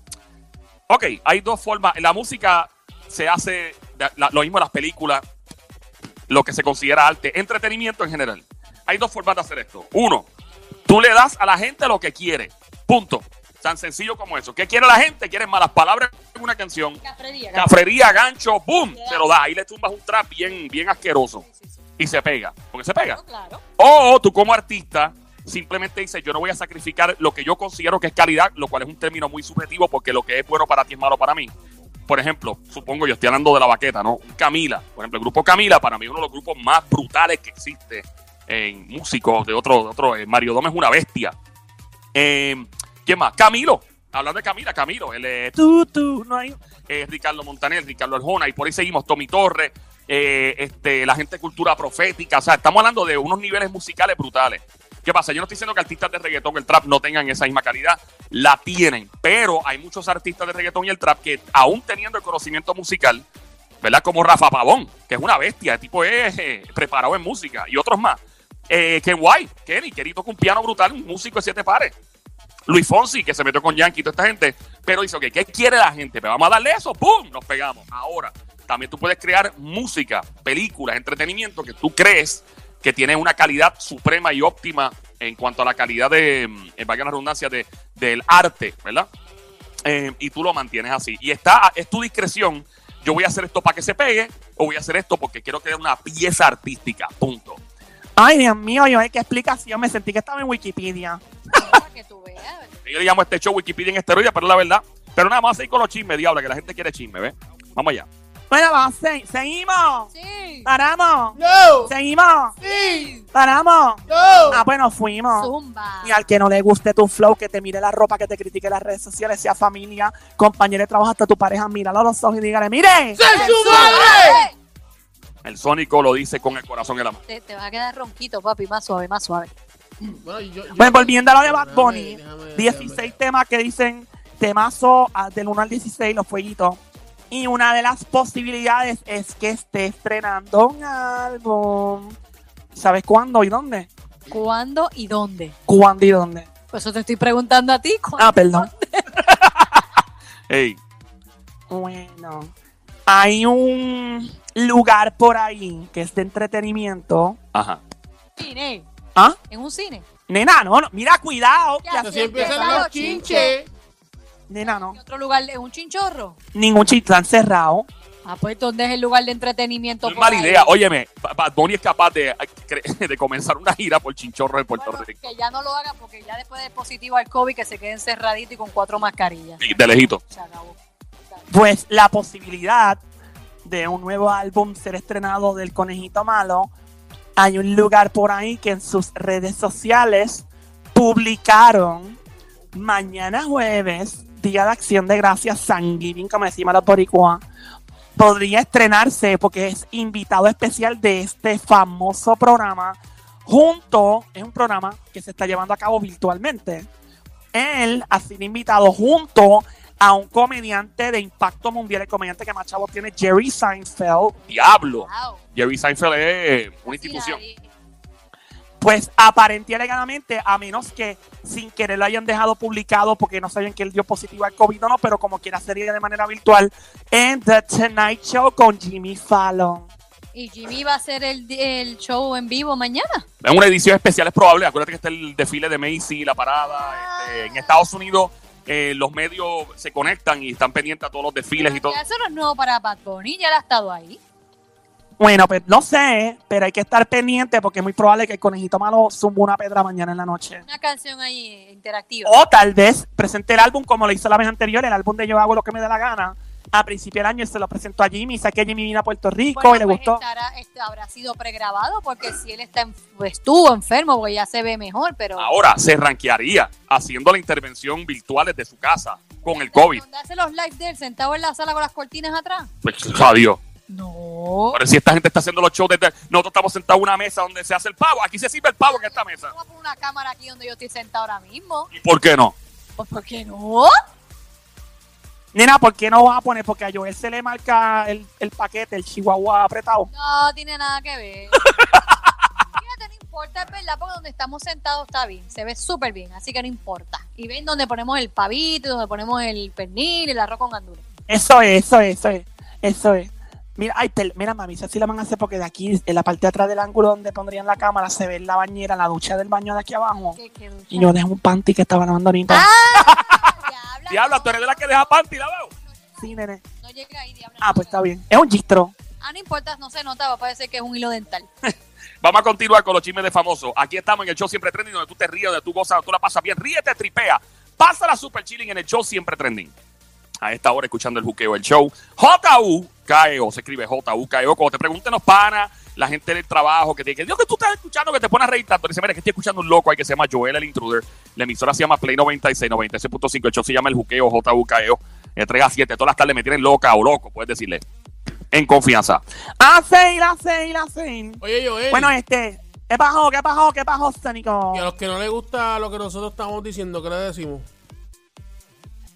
[SPEAKER 1] ok, hay dos formas. La música se hace, la- la- lo mismo en las películas, lo que se considera arte, entretenimiento en general. Hay dos formas de hacer esto. Uno, tú le das a la gente lo que quiere. Punto. Tan sencillo como eso. ¿Qué quiere la gente? Quieren malas palabras en una canción.
[SPEAKER 2] Cafrería,
[SPEAKER 1] Cafrería, gancho, boom, se lo da. Ahí le tumbas un trap bien, bien asqueroso. Y se pega. Porque se pega.
[SPEAKER 2] No, claro.
[SPEAKER 1] O tú como artista simplemente dices, yo no voy a sacrificar lo que yo considero que es calidad, lo cual es un término muy subjetivo porque lo que es bueno para ti es malo para mí. Por ejemplo, supongo yo estoy hablando de la baqueta, ¿no? Un Camila, por ejemplo, el grupo Camila para mí es uno de los grupos más brutales que existe en músicos de otro, de otro eh, Mario Dome es una bestia. Eh, ¿Quién más? Camilo. Hablando de Camila, Camilo, él es
[SPEAKER 3] Tú, tú, no hay.
[SPEAKER 1] es eh, Ricardo Montaner, Ricardo Arjona, y por ahí seguimos, Tommy Torres, eh, este, la gente de cultura profética, o sea, estamos hablando de unos niveles musicales brutales. ¿Qué pasa? Yo no estoy diciendo que artistas de reggaetón, el trap, no tengan esa misma calidad, la tienen, pero hay muchos artistas de reggaetón y el trap que aún teniendo el conocimiento musical, ¿verdad? Como Rafa Pavón, que es una bestia, el tipo es eh, preparado en música, y otros más. Eh, Ken White, Kenny, Kenny toca un piano brutal, un músico de siete pares. Luis Fonsi, que se metió con Yankee y toda esta gente, pero dice, ok, ¿qué quiere la gente? Pero vamos a darle eso, ¡pum! Nos pegamos. Ahora, también tú puedes crear música, películas, entretenimiento que tú crees que tiene una calidad suprema y óptima en cuanto a la calidad de, mm, eh, valga la redundancia, de, del arte, ¿verdad? Eh, y tú lo mantienes así. Y está, es tu discreción. Yo voy a hacer esto para que se pegue o voy a hacer esto porque quiero crear una pieza artística, punto.
[SPEAKER 3] Ay, Dios mío, yo, qué explicación. Me sentí que estaba en Wikipedia.
[SPEAKER 2] Para que tú veas. ¿verdad?
[SPEAKER 1] Yo le llamo a este show Wikipedia en esteroides, pero es la verdad. Pero nada más ahí con los chismes, diablo, que la gente quiere chisme, ¿ves? Vamos allá.
[SPEAKER 3] Bueno, vamos, se- seguimos.
[SPEAKER 2] Sí.
[SPEAKER 3] Paramos.
[SPEAKER 4] No.
[SPEAKER 3] Seguimos.
[SPEAKER 4] Sí.
[SPEAKER 3] Paramos.
[SPEAKER 4] No.
[SPEAKER 3] Ah, bueno, fuimos.
[SPEAKER 2] Zumba.
[SPEAKER 3] Y al que no le guste tu flow, que te mire la ropa, que te critique las redes sociales, sea familia, compañero de trabajo, hasta tu pareja, míralo a los ojos y dígale, mire.
[SPEAKER 4] ¡Sé su madre!
[SPEAKER 1] El Sónico lo dice con el corazón en la mano.
[SPEAKER 2] Te, te vas a quedar ronquito, papi, más suave, más suave.
[SPEAKER 4] Bueno, yo- yo-
[SPEAKER 1] Pues
[SPEAKER 3] Bueno, volviendo a lo de Bad
[SPEAKER 4] Déjame-
[SPEAKER 3] Bunny,
[SPEAKER 4] déjame-
[SPEAKER 3] 16
[SPEAKER 4] déjame-
[SPEAKER 3] temas que dicen temazo ah, del 1 al 16, los fueguitos. Y una de las posibilidades es que esté estrenando un álbum. ¿Sabes cuándo y dónde?
[SPEAKER 2] ¿Cuándo y dónde?
[SPEAKER 3] ¿Cuándo y dónde?
[SPEAKER 2] Pues eso te estoy preguntando a ti. ¿cuándo?
[SPEAKER 3] Ah, perdón.
[SPEAKER 1] Ey,
[SPEAKER 3] Bueno, hay un lugar por ahí que es de entretenimiento.
[SPEAKER 1] ajá.
[SPEAKER 2] Cine.
[SPEAKER 3] ¿Ah?
[SPEAKER 2] En un cine.
[SPEAKER 3] Nena, no, no. Mira, cuidado. que
[SPEAKER 2] Ya
[SPEAKER 3] así-
[SPEAKER 4] Así empiezan los chinches.
[SPEAKER 3] Nena, no.
[SPEAKER 2] En otro lugar, en un chinchorro.
[SPEAKER 3] Ningún chitlán cerrado.
[SPEAKER 2] Ah, pues ¿dónde es el lugar de entretenimiento?
[SPEAKER 1] No es
[SPEAKER 2] por
[SPEAKER 1] mala
[SPEAKER 2] ahí?
[SPEAKER 1] idea. Óyeme, Ba- Bad Bunny es capaz de, de comenzar una gira por chinchorro en Puerto
[SPEAKER 2] Bueno,
[SPEAKER 1] Rico.
[SPEAKER 2] que ya no lo haga porque ya después del positivo al COVID que se quede encerradito y con cuatro mascarillas.
[SPEAKER 1] De lejito.
[SPEAKER 2] Se acabó.
[SPEAKER 3] Pues la posibilidad de un nuevo álbum ser estrenado del Conejito Malo. Hay un lugar por ahí que en sus redes sociales publicaron mañana jueves, Día de Acción de Gracias, Sanguivin, como decimos los boricuas. Podría estrenarse porque es invitado especial de este famoso programa. Junto, es un programa que se está llevando a cabo virtualmente. Él ha sido invitado junto a un comediante de impacto mundial, el comediante que más chavos tiene, Jerry Seinfeld.
[SPEAKER 1] Diablo.
[SPEAKER 2] Wow.
[SPEAKER 1] Jerry Seinfeld es una
[SPEAKER 2] Casi
[SPEAKER 1] institución.
[SPEAKER 2] nadie.
[SPEAKER 3] Pues aparentemente alegadamente, a menos que sin querer lo hayan dejado publicado porque no sabían que él dio positivo al COVID o no, pero como quiera sería de manera virtual, en The Tonight Show con Jimmy Fallon.
[SPEAKER 2] Y Jimmy va a hacer el, el show en vivo mañana.
[SPEAKER 1] Es una edición especial, es probable. Acuérdate que está el desfile de Macy, la parada. este, en Estados Unidos, eh, los medios se conectan y están pendientes a todos los desfiles y todo.
[SPEAKER 2] Ya eso no es nuevo para Bad Bunny, ya él ha estado ahí.
[SPEAKER 3] Bueno, pues no sé, pero hay que estar pendiente porque es muy probable que el conejito malo zumba una pedra mañana en la noche.
[SPEAKER 2] Una canción ahí eh, interactiva.
[SPEAKER 3] O tal vez presente el álbum como lo hizo la vez anterior, el álbum de Yo hago lo que me dé la gana. A principio del año se lo presentó a Jimmy, saqué a Jimmy vino a Puerto Rico
[SPEAKER 2] Bueno,
[SPEAKER 3] y le
[SPEAKER 2] pues
[SPEAKER 3] gustó.
[SPEAKER 2] estará- este, habrá sido pregrabado porque si él está en- estuvo enfermo, porque ya se ve mejor, pero
[SPEAKER 1] Ahora se ranquearía haciendo la intervención virtual desde su casa con el COVID.
[SPEAKER 2] ¿Dónde hace los lives de él sentado en la sala con las cortinas atrás?
[SPEAKER 1] Pues, adiós.
[SPEAKER 2] No.
[SPEAKER 1] Ahora, si esta gente está haciendo los shows desde. Nosotros estamos sentados en una mesa donde se hace el pavo. Aquí se sirve el pavo en esta mesa.
[SPEAKER 2] Voy a poner una cámara aquí donde yo estoy sentada ahora mismo.
[SPEAKER 1] ¿Y por qué no?
[SPEAKER 2] Pues, ¿por qué no?
[SPEAKER 3] Nena, ¿por qué no vas a poner? Porque a Joel se le marca el, el paquete, el chihuahua apretado.
[SPEAKER 2] No tiene nada que ver. Fíjate, no importa, es verdad, porque donde estamos sentados está bien, se ve súper bien, así que no importa. Y ven donde ponemos el pavito, donde ponemos el pernil, el arroz con gandules.
[SPEAKER 3] Eso es, eso es, eso es. Eso es. Mira, ay, pel- mira, mami, eso sí la van a hacer porque de aquí, en la parte de atrás del ángulo donde pondrían la cámara, se ve la bañera, la ducha del baño de aquí abajo.
[SPEAKER 2] ¿Qué, qué ducha?
[SPEAKER 3] Y yo dejé un panty que estaba lavando ahorita.
[SPEAKER 2] Diabla,
[SPEAKER 1] Diabla,
[SPEAKER 2] no,
[SPEAKER 1] tú eres de la que deja panty lavado.
[SPEAKER 3] Sí, nene.
[SPEAKER 2] no llega ahí, diabla.
[SPEAKER 3] Ah,
[SPEAKER 2] no
[SPEAKER 3] pues
[SPEAKER 2] llega.
[SPEAKER 3] está bien. Es un gistro.
[SPEAKER 2] Ah, no importa, no se nota, va a parecer que es un hilo dental.
[SPEAKER 1] Vamos a continuar con los chismes de famosos. Aquí estamos en el show Siempre Trending, donde tú te ríes, donde tú gozas, donde tú la pasas bien. Ríete, tripea. Pásala super chilling en el show Siempre Trending. A esta hora, escuchando el juqueo del show. J-U-K-E-O. E Se escribe J-U-K-E-O. E Cuando te pregunten los panas, la gente del trabajo, que te dice, Dios, que tú estás escuchando, que te pones a reír tanto. Dice, mira, que estoy escuchando un loco ahí que se llama Joel el Intruder. La emisora se llama Play 96, 96.5. El show se llama El Juqueo, J-U-K-E-O. E De 3 a 7. Todas las tardes me tienen loca o loco, puedes decirle. En confianza.
[SPEAKER 3] Ah, sí, la sí, la sí.
[SPEAKER 4] Oye, Joel.
[SPEAKER 3] Bueno, este. ¿Qué pasó? ¿Qué pasó? ¿Qué pasó, Sónico?
[SPEAKER 4] y a los que no les gusta lo que nosotros estamos diciendo, ¿qué le decimos?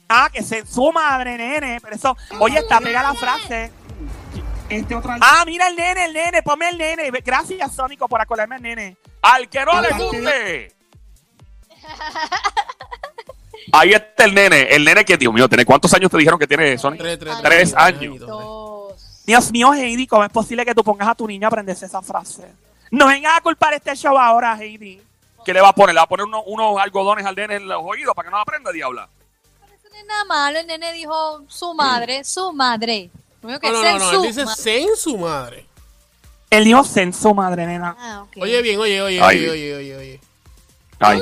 [SPEAKER 3] Ah, que se su madre, nene. Pero eso. Oye, está pega la frase. Ah, mira el nene, el nene. Ponme el nene. Gracias, Sónico, por acordarme al nene.
[SPEAKER 1] Al que no le guste. Ahí está el nene, el nene que, Dios mío, tiene ¿cuántos años te dijeron que tiene Sonic?
[SPEAKER 4] Tres, tres,
[SPEAKER 1] Tres años.
[SPEAKER 2] Dos.
[SPEAKER 3] Dios mío, Heidi, ¿cómo es posible que tú pongas a tu niño a aprenderse esa frase? No vengas a culpar este show ahora, Heidi.
[SPEAKER 1] ¿Qué le va a poner? ¿Le va a poner unos, unos algodones al nene en los oídos para que no aprenda, diabla?
[SPEAKER 2] Pero eso no es nada malo, el nene dijo su madre, su madre. Lo único que
[SPEAKER 4] No, no,
[SPEAKER 2] es
[SPEAKER 4] no, no,
[SPEAKER 2] su
[SPEAKER 4] él dice
[SPEAKER 2] ma-
[SPEAKER 4] sen su madre.
[SPEAKER 3] Él dijo sen su madre, nena.
[SPEAKER 2] Ah, ok.
[SPEAKER 4] Oye, bien, oye, oye,
[SPEAKER 1] Ay.
[SPEAKER 4] oye, oye, oye, oye.
[SPEAKER 1] Ay.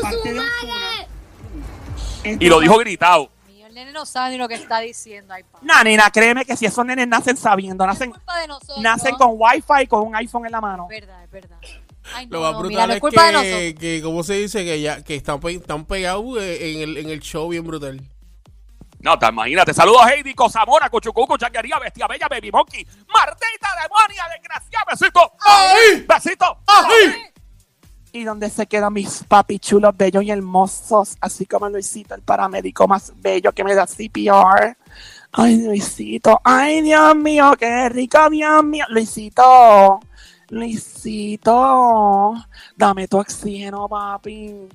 [SPEAKER 1] Y lo dijo gritado.
[SPEAKER 2] Mío, el nene no sabe ni lo que está diciendo. Ay, papá.
[SPEAKER 3] Nah, nena, créeme que si esos nenes nacen sabiendo, nacen,
[SPEAKER 2] es culpa de nosotros.
[SPEAKER 3] nacen con wifi y con un iPhone en la mano.
[SPEAKER 2] Verdad, es verdad. Ay, no,
[SPEAKER 4] Lo más
[SPEAKER 2] no,
[SPEAKER 4] brutal
[SPEAKER 2] mira, no
[SPEAKER 4] es
[SPEAKER 2] es culpa de
[SPEAKER 4] que,
[SPEAKER 2] nosotros.
[SPEAKER 4] que, ¿cómo se dice? Que ya que están, pe- están pegados eh, en el, en el show bien brutal.
[SPEAKER 1] No, te imagínate. Saludos, Heidi, Cosamora, Cochucuco, Changuería, Bestia Bella, Baby Monkey, Martita, Demonia, Desgraciada, besito.
[SPEAKER 4] Ahí.
[SPEAKER 1] Besito.
[SPEAKER 2] Ah.
[SPEAKER 3] Y donde se quedan mis papi chulos, bellos y hermosos, así como Luisito, el paramédico más bello que me da CPR. Ay, Luisito, ay, Dios mío, qué rico, Dios mío. Luisito, Luisito, dame tu oxígeno, papi.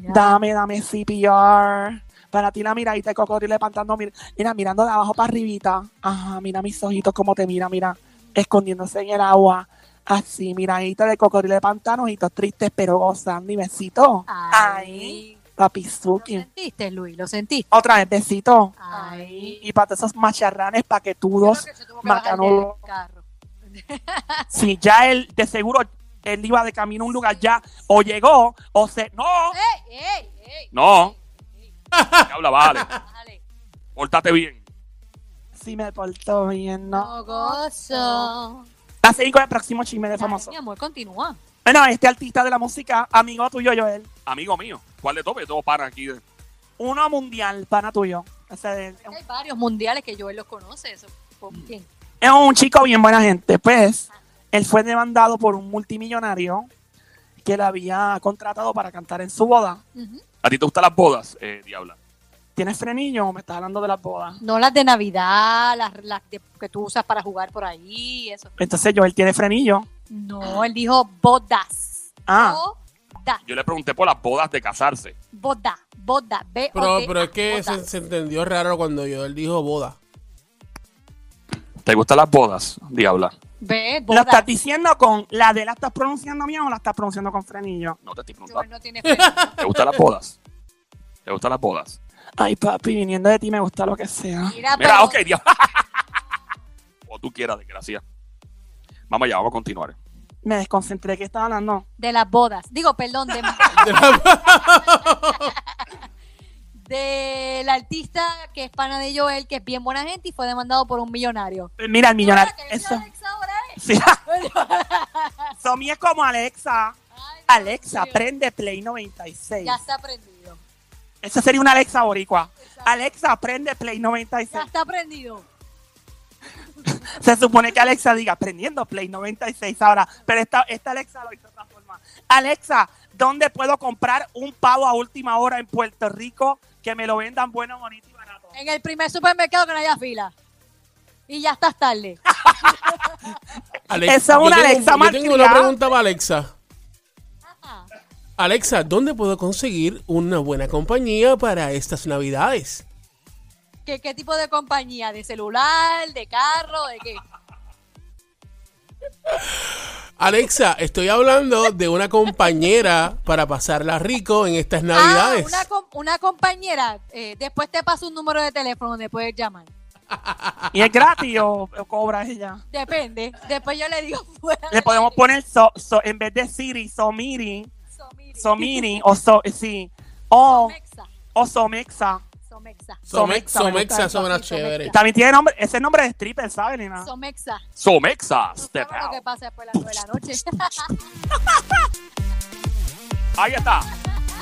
[SPEAKER 2] Mira.
[SPEAKER 3] Dame, dame CPR. Para ti la miradita de cocodrilo levantando, mira, mira, mirando de abajo para arribita. Ajá, mira mis ojitos como te mira, mira, escondiéndose en el agua. Así, miradita de cocodrilo de pantano, ojitos tristes pero gozando y besito. Ay,
[SPEAKER 2] Ay.
[SPEAKER 3] papi
[SPEAKER 2] ¿Lo
[SPEAKER 3] Suki.
[SPEAKER 2] sentiste, Luis? ¿Lo sentiste?
[SPEAKER 3] Otra vez, besito.
[SPEAKER 2] Ay.
[SPEAKER 3] Y para todos esos macharranes paquetudos,
[SPEAKER 2] Creo que se tuvo que bajar del
[SPEAKER 3] macanudos.
[SPEAKER 2] carro.
[SPEAKER 3] Si ya él, de seguro, él iba de camino a un lugar ya, o llegó, o se... ¡No!
[SPEAKER 2] ¡Ey, ey, ey!
[SPEAKER 1] No.
[SPEAKER 2] ey,
[SPEAKER 1] Habla, vale.
[SPEAKER 2] Dale.
[SPEAKER 1] Pórtate bien.
[SPEAKER 3] Si me portó bien, ¿no?
[SPEAKER 2] No gozo.
[SPEAKER 3] La seguimos con el próximo chisme de
[SPEAKER 2] Dale,
[SPEAKER 3] famoso.
[SPEAKER 2] mi amor, continúa.
[SPEAKER 3] Bueno, este artista de la música, amigo tuyo, Joel.
[SPEAKER 1] Amigo mío, ¿cuál de todo? Yo tengo pana aquí. de-
[SPEAKER 3] Uno mundial, pana tuyo. O sea, es un-
[SPEAKER 2] Hay varios mundiales que Joel los conoce. Eso, ¿Con quién?
[SPEAKER 3] es un chico bien buena gente. Pues, él fue demandado por un multimillonario que le había contratado para cantar en su boda.
[SPEAKER 2] Ujú.
[SPEAKER 1] ¿A ti te gustan las bodas, eh, Diabla?
[SPEAKER 3] ¿Tienes frenillo o me estás hablando de las bodas?
[SPEAKER 2] No las de Navidad, las, las de- que tú usas para jugar por ahí, eso.
[SPEAKER 3] Entonces, Joel tiene frenillo.
[SPEAKER 2] No, él dijo bodas.
[SPEAKER 3] Ah,
[SPEAKER 2] Boda,
[SPEAKER 1] Yo le pregunté por las bodas de casarse.
[SPEAKER 2] boda, boda. B -O
[SPEAKER 4] Pero,
[SPEAKER 2] D A,
[SPEAKER 4] pero es que
[SPEAKER 2] boda.
[SPEAKER 4] se, se entendió raro cuando yo él dijo boda.
[SPEAKER 1] ¿Te gustan las bodas, Diabla?
[SPEAKER 2] Ve,
[SPEAKER 3] ¿lo
[SPEAKER 2] boda.
[SPEAKER 3] estás diciendo con la de la estás pronunciando bien o la estás pronunciando con frenillo?
[SPEAKER 1] No te estoy
[SPEAKER 2] Joel
[SPEAKER 1] preguntando.
[SPEAKER 2] no tiene freno.
[SPEAKER 1] ¿Te gustan las bodas? ¿Te gustan las bodas?
[SPEAKER 3] Ay, papi, viniendo de ti me gusta lo que sea.
[SPEAKER 2] Mira,
[SPEAKER 1] Mira,
[SPEAKER 2] Ah, pero-
[SPEAKER 1] ok, Diabla. o tú quieras, desgracia. Vamos allá, vamos a continuar.
[SPEAKER 3] Me desconcentré que estaba hablando.
[SPEAKER 2] De las bodas. Digo, perdón, de del artista que es pana de Joel, que es bien buena gente y fue demandado por un millonario.
[SPEAKER 3] Mira, el millonario.
[SPEAKER 2] Ahora que
[SPEAKER 3] Eso.
[SPEAKER 2] Alexa ahora eh. es.
[SPEAKER 3] Sí. Somi es como Alexa.
[SPEAKER 2] Ay,
[SPEAKER 3] Alexa,
[SPEAKER 2] Dios mío.
[SPEAKER 3] prende Play 96.
[SPEAKER 2] Ya está prendido.
[SPEAKER 3] Esa sería una Alexa boricua. Alexa, prende Play
[SPEAKER 2] Ya
[SPEAKER 3] 96.
[SPEAKER 2] está prendido.
[SPEAKER 3] Se supone que Alexa diga, prendiendo Play 96 ahora. Pero esta, esta Alexa lo hizo de otra forma. Alexa, ¿dónde puedo comprar un pavo a última hora en Puerto Rico que me lo vendan bueno, bonito y barato?
[SPEAKER 2] En el primer supermercado que no haya fila. Y ya estás tarde.
[SPEAKER 4] Alexa,
[SPEAKER 3] Esa es
[SPEAKER 4] yo
[SPEAKER 3] una
[SPEAKER 4] tengo-
[SPEAKER 3] Alexa
[SPEAKER 4] Yo tengo una
[SPEAKER 3] malcriada.
[SPEAKER 4] pregunta para Alexa.
[SPEAKER 2] Ajá.
[SPEAKER 4] Alexa, ¿dónde puedo conseguir una buena compañía para estas navidades?
[SPEAKER 2] ¿Qué, ¿Qué tipo de compañía? ¿De celular? ¿De carro? ¿De qué?
[SPEAKER 4] Alexa, estoy hablando de una compañera para pasarla rico en estas navidades.
[SPEAKER 2] Ah, una, com- una compañera. eh, después te paso un número de teléfono donde puedes llamar.
[SPEAKER 3] ¿Y es gratis o, o cobra ella?
[SPEAKER 2] Depende. Después yo le digo fuera.
[SPEAKER 3] Le
[SPEAKER 2] del
[SPEAKER 3] podemos
[SPEAKER 2] aire.
[SPEAKER 3] poner, so- so- en vez de Siri, Somiri,
[SPEAKER 2] Somiri.
[SPEAKER 3] Somiri o so, sí, o,
[SPEAKER 2] Somexa.
[SPEAKER 3] o Somexa.
[SPEAKER 2] Somexa.
[SPEAKER 4] Somex-
[SPEAKER 3] Somexa, me gusta
[SPEAKER 4] Somexa
[SPEAKER 3] eso.
[SPEAKER 4] suena
[SPEAKER 2] Sí, Somexa.
[SPEAKER 4] chévere.
[SPEAKER 3] También tiene nombre, ese nombre de stripper, ¿sabes,
[SPEAKER 1] Ah.
[SPEAKER 3] Nina?
[SPEAKER 2] Somexa.
[SPEAKER 1] Somexa,
[SPEAKER 2] No
[SPEAKER 1] step
[SPEAKER 2] sabemos lo que
[SPEAKER 1] out.
[SPEAKER 2] pasa después de las nueve de la noche.
[SPEAKER 1] Ahí está.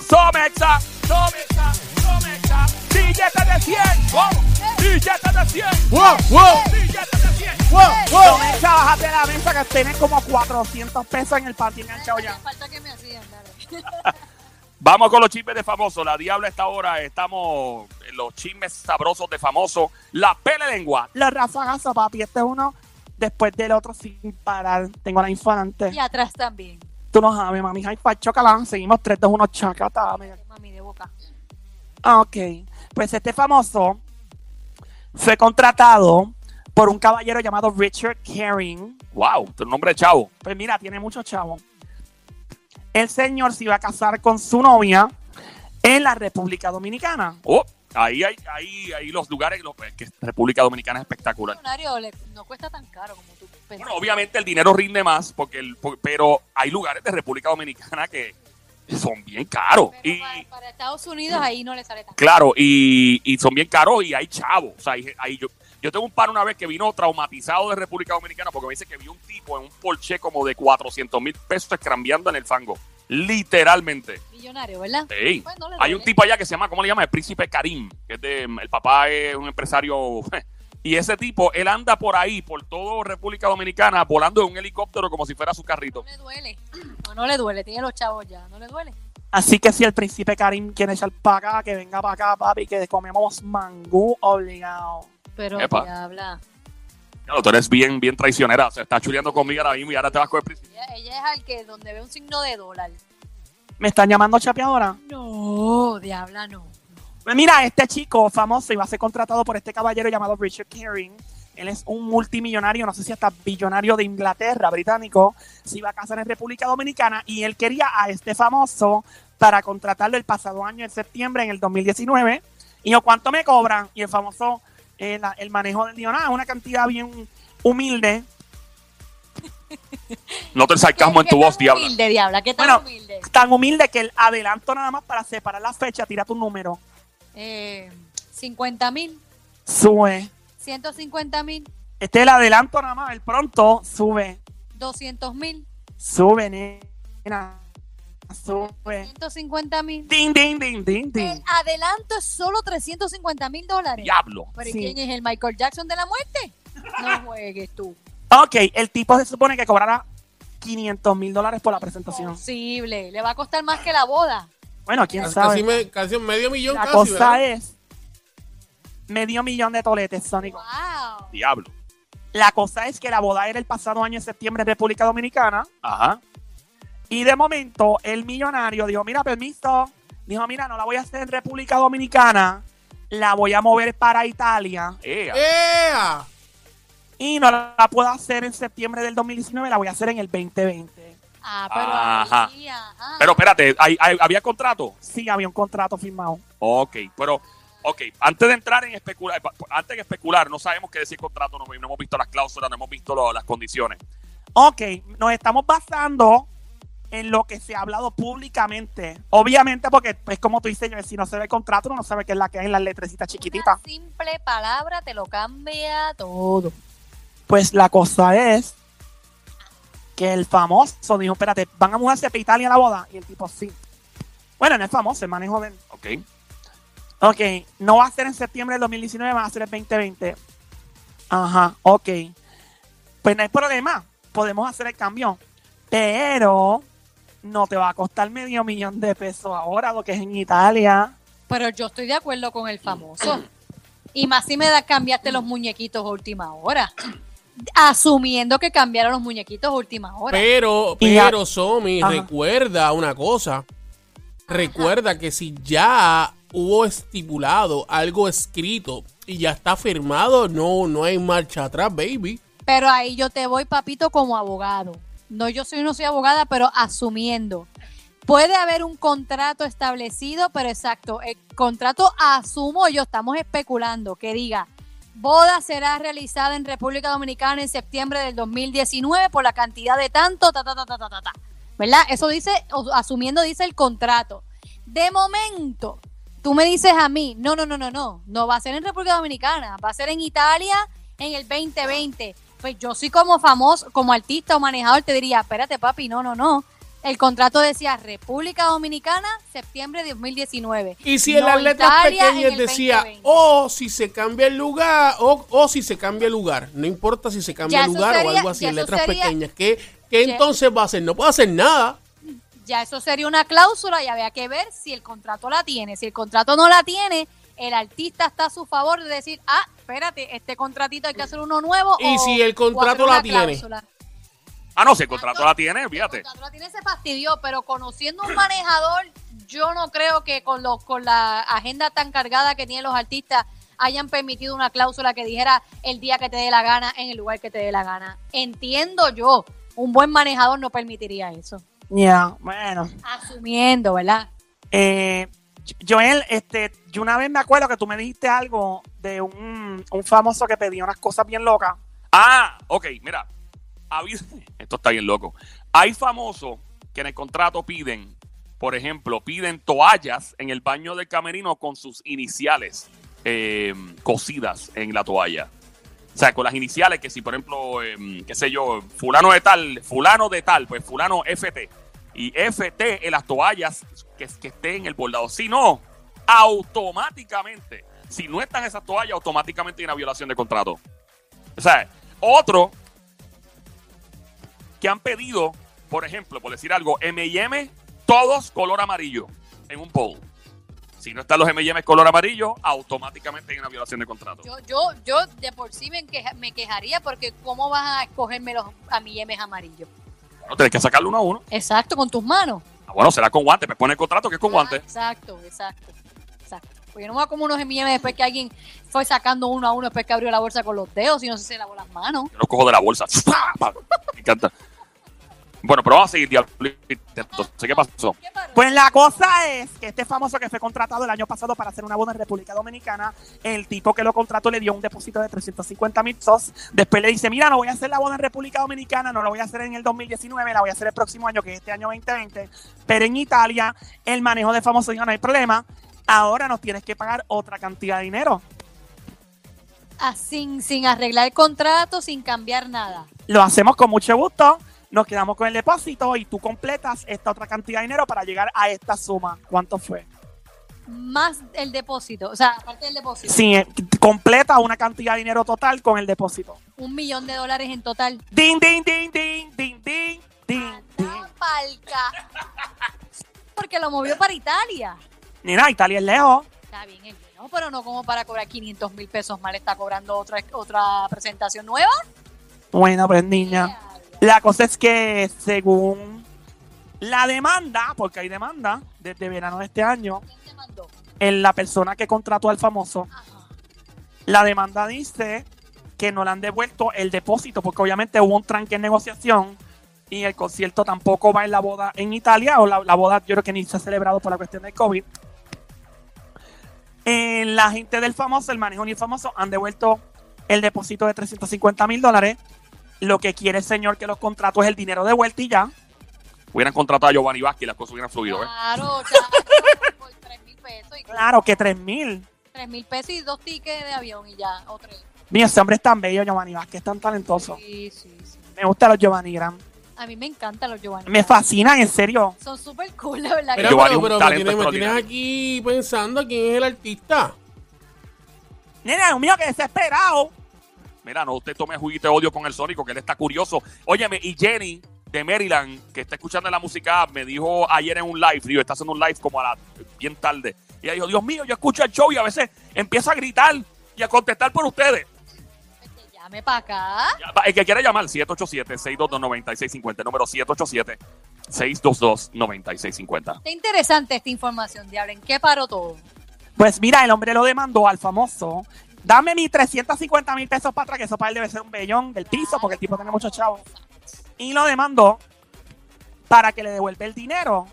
[SPEAKER 1] Somexa, Somexa, Somexa. Billete de 100. Vamos. Billete de 100.
[SPEAKER 4] ¡Wow, wow,
[SPEAKER 1] Billete de 100.
[SPEAKER 4] wow, wow!
[SPEAKER 3] Somexa, bájate de la mesa que tienes como 400 pesos en el patio enganchado
[SPEAKER 2] La
[SPEAKER 3] ya.
[SPEAKER 2] falta que me hacían, dale.
[SPEAKER 1] Vamos con los chismes de famosos. La diabla está ahora. Estamos en los chismes sabrosos de famosos. La pele lengua.
[SPEAKER 3] Los razagazos, papi, este es uno después del otro sin parar. Tengo la infante.
[SPEAKER 2] Y atrás también.
[SPEAKER 3] Tú no sabes, mami. High five, chocala. Seguimos 3, 2, 1, chacata. mira.
[SPEAKER 2] Eh, Mami, de boca.
[SPEAKER 3] Ah, ok. Pues este famoso fue contratado por un caballero llamado Richard Caring.
[SPEAKER 1] Wow, tu nombre de chavo.
[SPEAKER 3] Pues mira, tiene mucho chavo. El señor se iba a casar con su novia en la República Dominicana.
[SPEAKER 1] Oh, ahí hay ahí, ahí los lugares. los- es que República Dominicana es espectacular.
[SPEAKER 2] Millonario le- no cuesta tan caro como tú pensas.
[SPEAKER 1] Bueno, obviamente el dinero rinde más, porque el- por- pero hay lugares de República Dominicana que son bien caros.
[SPEAKER 2] Pero
[SPEAKER 1] Y,
[SPEAKER 2] para, para Estados Unidos ahí no le sale tan
[SPEAKER 1] Claro, y, y son bien caros y hay chavos. O sea, hay- hay- yo, yo tengo un par una vez que vino traumatizado de República Dominicana porque me dice que vio un tipo en un Porsche como de 400 mil pesos escrambeando en el fango. Literalmente.
[SPEAKER 2] millonario, ¿verdad?
[SPEAKER 1] Sí.
[SPEAKER 2] Pues no le
[SPEAKER 1] Hay
[SPEAKER 2] duele.
[SPEAKER 1] un tipo allá que se llama, ¿cómo le llama? El príncipe Karim. Que es de- mm, el papá es un empresario. Y ese tipo, él anda por ahí, por toda República Dominicana, volando en un helicóptero como si fuera su carrito.
[SPEAKER 2] No le duele. No, no le duele. Tiene los chavos ya. No le duele.
[SPEAKER 3] Así que si el príncipe Karim quiere echar para acá, que venga para acá, papi, que comemos mangú obligado.
[SPEAKER 2] Pero
[SPEAKER 1] Epa.
[SPEAKER 2] ya habla.
[SPEAKER 1] Claro, tú eres bien, bien traicionera. O sea, estás chuleando conmigo ahora mismo y ahora te vas con el príncipe.
[SPEAKER 2] Ella, ella es al que donde ve un signo de dólar.
[SPEAKER 3] ¿Me están llamando chapeadora?
[SPEAKER 2] No, diabla, no.
[SPEAKER 3] Pues Mira, este chico famoso iba a ser contratado por este caballero llamado Richard Herring. Él es un multimillonario, no sé si hasta billonario de Inglaterra, británico. Se iba a casar en República Dominicana y él quería a este famoso para contratarlo el pasado año, en septiembre, en el 2019. Y yo, ¿cuánto me cobran? Y el famoso, eh, la- el manejo del dijo, nada, una cantidad bien humilde.
[SPEAKER 1] Nota el sarcasmo en tu voz, diabla.
[SPEAKER 2] Humilde, diabla. ¿Qué tan
[SPEAKER 3] Bueno.
[SPEAKER 2] humilde?
[SPEAKER 3] Tan humilde que el adelanto nada más para separar la fecha, tira tu número.
[SPEAKER 2] Eh, 50 mil.
[SPEAKER 3] Sube.
[SPEAKER 2] 150 mil.
[SPEAKER 3] Este es el adelanto nada más, el pronto sube.
[SPEAKER 2] 200 mil.
[SPEAKER 3] Sube, nena.
[SPEAKER 1] Eh.
[SPEAKER 3] Sube.
[SPEAKER 2] 150 mil.
[SPEAKER 3] Ding, ding, ding, ding,
[SPEAKER 2] El
[SPEAKER 3] ding.
[SPEAKER 2] adelanto es solo 350 mil dólares.
[SPEAKER 1] Diablo.
[SPEAKER 2] ¿Pero ¿y
[SPEAKER 3] Sí.
[SPEAKER 2] quién es el Michael Jackson de la muerte? No juegues tú.
[SPEAKER 3] Ok, el tipo se supone que cobrará 500 mil dólares por la presentación.
[SPEAKER 2] Imposible. Le va a costar más que la boda.
[SPEAKER 3] Bueno, quién
[SPEAKER 4] Casi, casi
[SPEAKER 3] sabe.
[SPEAKER 4] me- casi medio millón
[SPEAKER 3] La
[SPEAKER 4] casi,
[SPEAKER 3] cosa
[SPEAKER 4] ¿verdad?
[SPEAKER 3] es medio millón de toletes, Sonic.
[SPEAKER 2] Wow.
[SPEAKER 1] Diablo.
[SPEAKER 3] La cosa es que la boda era el pasado año en septiembre en República Dominicana.
[SPEAKER 1] Ajá.
[SPEAKER 3] Y de momento, el millonario dijo, mira, permiso. Dijo, mira, no la voy a hacer en República Dominicana. La voy a mover para Italia.
[SPEAKER 1] Ea.
[SPEAKER 4] Eh, ¡Ea!
[SPEAKER 3] Y no la puedo hacer en septiembre del 2019. La voy a hacer en el 2020.
[SPEAKER 2] Ah, pero
[SPEAKER 1] Ajá.
[SPEAKER 2] ahí, ajá.
[SPEAKER 1] Pero espérate, ¿hay- hay- había contrato?
[SPEAKER 3] Sí, había un contrato firmado.
[SPEAKER 1] Ok, pero, ok, antes de entrar en especular, pa- antes de especular, no sabemos qué decir contrato, no, no hemos visto las cláusulas, no hemos visto lo- las condiciones.
[SPEAKER 3] Ok, nos estamos basando en lo que se ha hablado públicamente. Obviamente, porque es como tú dices, Joel, si no se ve el contrato, uno no sabe qué es la que hay en las letrecitas chiquititas.
[SPEAKER 2] Una simple palabra te lo cambia todo.
[SPEAKER 3] Pues la cosa es que el famoso dijo, espérate, ¿van a mudarse para Italia a la boda? Y el tipo, sí. Bueno, no es famoso, el manejo de él.
[SPEAKER 1] Ok,
[SPEAKER 3] Ok, no va a ser en septiembre del 2019, va a ser el 2020. Ajá, ok. Pues no hay problema, podemos hacer el cambio. Pero no te va a costar medio millón de pesos ahora, lo que es en Italia.
[SPEAKER 2] Pero yo estoy de acuerdo con el famoso. Y más si me da, cambiaste los muñequitos a última hora. Asumiendo que cambiaron los muñequitos a última hora.
[SPEAKER 4] Pero,
[SPEAKER 3] Y ya-
[SPEAKER 4] pero, Somi,
[SPEAKER 3] Ajá.
[SPEAKER 4] recuerda una cosa. Recuerda que si ya hubo estipulado algo escrito y ya está firmado, no, no hay marcha atrás, baby.
[SPEAKER 2] Pero ahí yo te voy, papito, como abogado. No, yo soy, no soy abogada, pero asumiendo. Puede haber un contrato establecido, pero exacto, el contrato asumo yo, estamos especulando, que diga, boda será realizada en República Dominicana en septiembre del 2019 por la cantidad de tanto, ta, ta, ta, ta, ta, ta, ta. ¿Verdad? Eso dice, o- asumiendo dice el contrato. De momento, tú me dices a mí, no, no, no, no, no, no va a ser en República Dominicana, va a ser en Italia en el 2020. Pues yo sí como famoso, como artista o manejador, te diría, espérate papi, no, no, no. El contrato decía República Dominicana, septiembre de 2019.
[SPEAKER 4] Y si en
[SPEAKER 2] No,
[SPEAKER 4] las letras
[SPEAKER 2] Italia en
[SPEAKER 4] pequeñas
[SPEAKER 2] el
[SPEAKER 4] decía,
[SPEAKER 2] 2020.
[SPEAKER 4] o si se cambia el lugar, o, o si se cambia el lugar, no importa si se cambia
[SPEAKER 2] Ya
[SPEAKER 4] el
[SPEAKER 2] eso
[SPEAKER 4] lugar o
[SPEAKER 2] sería-
[SPEAKER 4] algo así,
[SPEAKER 2] ya
[SPEAKER 4] en
[SPEAKER 2] eso
[SPEAKER 4] letras
[SPEAKER 2] sería-
[SPEAKER 4] pequeñas, ¿qué, qué
[SPEAKER 2] Ya-
[SPEAKER 4] entonces va a hacer? No puede hacer nada.
[SPEAKER 2] Ya eso sería una cláusula y había que ver si el contrato la tiene. Si el contrato no la tiene, el artista está a su favor de decir, ah, espérate, este contratito hay que hacer uno nuevo.
[SPEAKER 4] Y
[SPEAKER 2] o-
[SPEAKER 4] si el
[SPEAKER 2] o hacer
[SPEAKER 4] contrato
[SPEAKER 2] una
[SPEAKER 4] la tiene.
[SPEAKER 2] cláusula.
[SPEAKER 1] Ah, no, si el contrato la tiene,
[SPEAKER 2] El
[SPEAKER 1] fíjate.
[SPEAKER 2] contrato la tiene se fastidió, pero conociendo un manejador, yo no creo que con los con la agenda tan cargada que tienen los artistas hayan permitido una cláusula que dijera el día que te dé la gana, en el lugar que te dé la gana. Entiendo yo, un buen manejador no permitiría eso.
[SPEAKER 3] Ya, bueno.
[SPEAKER 2] Asumiendo, ¿verdad?
[SPEAKER 3] Eh, Joel, este, yo una vez me acuerdo que tú me dijiste algo de un, un famoso que pedía unas cosas bien locas.
[SPEAKER 1] Ah, ok, mira. Habí- Esto está bien loco. Hay famosos que en el contrato piden por ejemplo, piden toallas en el baño del camerino con sus iniciales eh, cosidas en la toalla. O sea, con las iniciales que si, por ejemplo, eh, qué sé yo, fulano de tal, fulano de tal, pues fulano FT. Y FT en las toallas que, que esté en el bordado. Si no, automáticamente, si no están esas toallas, automáticamente hay una violación de contrato. O sea, otro que han pedido, por ejemplo, por decir algo, M&M, todos color amarillo en un poll. Si no están los M&M color amarillo, automáticamente hay una violación de contrato.
[SPEAKER 2] Yo, yo, yo de por sí me, queja- me quejaría porque ¿cómo vas a escogerme los a mi yemes amarillos?
[SPEAKER 1] Bueno, tienes que sacarlo uno a uno.
[SPEAKER 2] Exacto, con tus manos.
[SPEAKER 1] Ah, bueno, será con guantes. Me pone el contrato que es con
[SPEAKER 2] Ah,
[SPEAKER 1] guantes.
[SPEAKER 2] Exacto, exacto, exacto. Pues yo no me voy a comer unos M&M después que alguien fue sacando uno a uno después que abrió la bolsa con los dedos y no sé si se lavó las manos.
[SPEAKER 1] Yo lo cojo de la bolsa. Me encanta. Bueno, pero vamos a seguir, Diablito. Entonces, ¿qué pasó?
[SPEAKER 2] ¿Qué paró?
[SPEAKER 3] Pues la cosa es que este famoso que fue contratado el año pasado para hacer una boda en República Dominicana, el tipo que lo contrató le dio un depósito de 350 mil SOS. Después le dice, mira, no voy a hacer la boda en República Dominicana, no lo voy a hacer en el 2019, la voy a hacer el próximo año, que es este año 2020. Pero en Italia, el manejo de famoso dijo, no hay problema, ahora nos tienes que pagar otra cantidad de dinero.
[SPEAKER 2] Ah, sin, sin arreglar el contrato, sin cambiar nada.
[SPEAKER 3] Lo hacemos con mucho gusto, nos quedamos con el depósito y tú completas esta otra cantidad de dinero para llegar a esta suma. ¿Cuánto fue?
[SPEAKER 2] Más el depósito, o sea, aparte del depósito,
[SPEAKER 3] Sí, eh, completa una cantidad de dinero total con el depósito.
[SPEAKER 2] un millón de dólares en total.
[SPEAKER 3] Ding, ding, ding, ding, ding, ding, ding, ding.
[SPEAKER 2] Ah, palca. Porque lo movió para Italia.
[SPEAKER 3] Mira, Italia es lejos.
[SPEAKER 2] Está bien, el no, pero no como para cobrar 500 mil pesos más, le está cobrando otra, otra presentación nueva.
[SPEAKER 3] Bueno, pues niña. La cosa es que según la demanda, porque hay demanda desde verano de este año,
[SPEAKER 2] ¿Quién te mandó?
[SPEAKER 3] en la persona que contrató al famoso,
[SPEAKER 2] Ajá.
[SPEAKER 3] la demanda dice que no le han devuelto el depósito, porque obviamente hubo un tranque en negociación y el concierto tampoco va en la boda en Italia, o la, la boda yo creo que ni se ha celebrado por la cuestión del COVID. Eh, la gente del famoso, el manejo ni famoso, han devuelto el depósito de 350 mil dólares. Lo que quiere el señor que los contratos es el dinero de vuelta y ya.
[SPEAKER 1] Hubieran contratado a Giovanni Vázquez y las cosas hubieran fluido, ¿eh?
[SPEAKER 2] Claro, claro, por 3 mil pesos y
[SPEAKER 3] Claro que 3 mil.
[SPEAKER 2] 3 mil pesos y dos tickets de avión y ya, o tres.
[SPEAKER 3] Mira, ese hombre es tan bello, Giovanni Vázquez, es tan talentoso.
[SPEAKER 2] Sí, sí, sí.
[SPEAKER 3] Me gustan los Giovanni Gran.
[SPEAKER 2] A mí me encantan los Giovanni.
[SPEAKER 3] Me fascinan, en serio.
[SPEAKER 2] Son súper cool, la verdad.
[SPEAKER 4] Mira,
[SPEAKER 1] Yo
[SPEAKER 4] pero,
[SPEAKER 1] valía un
[SPEAKER 4] pero me,
[SPEAKER 1] talento
[SPEAKER 4] tienes, me tienes
[SPEAKER 1] extraordinario.
[SPEAKER 4] aquí pensando quién es el artista.
[SPEAKER 3] Nena, Dios mío, que desesperado.
[SPEAKER 1] Mira, no usted tome juguito de odio con el Sónico, que él está curioso. Óyeme, y Jenny de Maryland, que está escuchando la música, me dijo ayer en un live, digo, está haciendo un live como a la bien tarde. Y ella dijo, Dios mío, yo escucho el show y a veces empiezo a gritar y a contestar por ustedes.
[SPEAKER 2] Que llame para acá.
[SPEAKER 1] Ya, va, Ah, El que quiera llamar, 787-622-9650, número 787-622-9650.
[SPEAKER 2] Está interesante esta información, Diablo. ¿En qué paró todo?
[SPEAKER 3] Pues mira, el hombre lo demandó al famoso. Dame mis 350 mil pesos para atrás, que eso para él debe ser un bellón del piso, porque el tipo tiene muchos chavos. Y lo demandó para que le devuelva el dinero.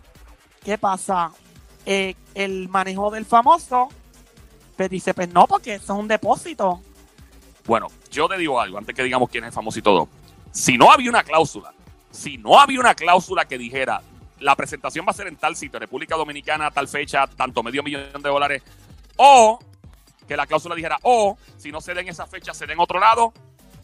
[SPEAKER 3] ¿Qué pasa? Eh, el manejo del famoso, pues dice, pues no, porque eso es un depósito.
[SPEAKER 1] Bueno, yo te digo algo, antes que digamos quién es el famoso y todo. Si no había una cláusula, si no había una cláusula que dijera la presentación va a ser en tal sitio, República Dominicana, tal fecha, tanto medio millón de dólares, o que la cláusula dijera, o si no se den esa fecha, se den otro lado,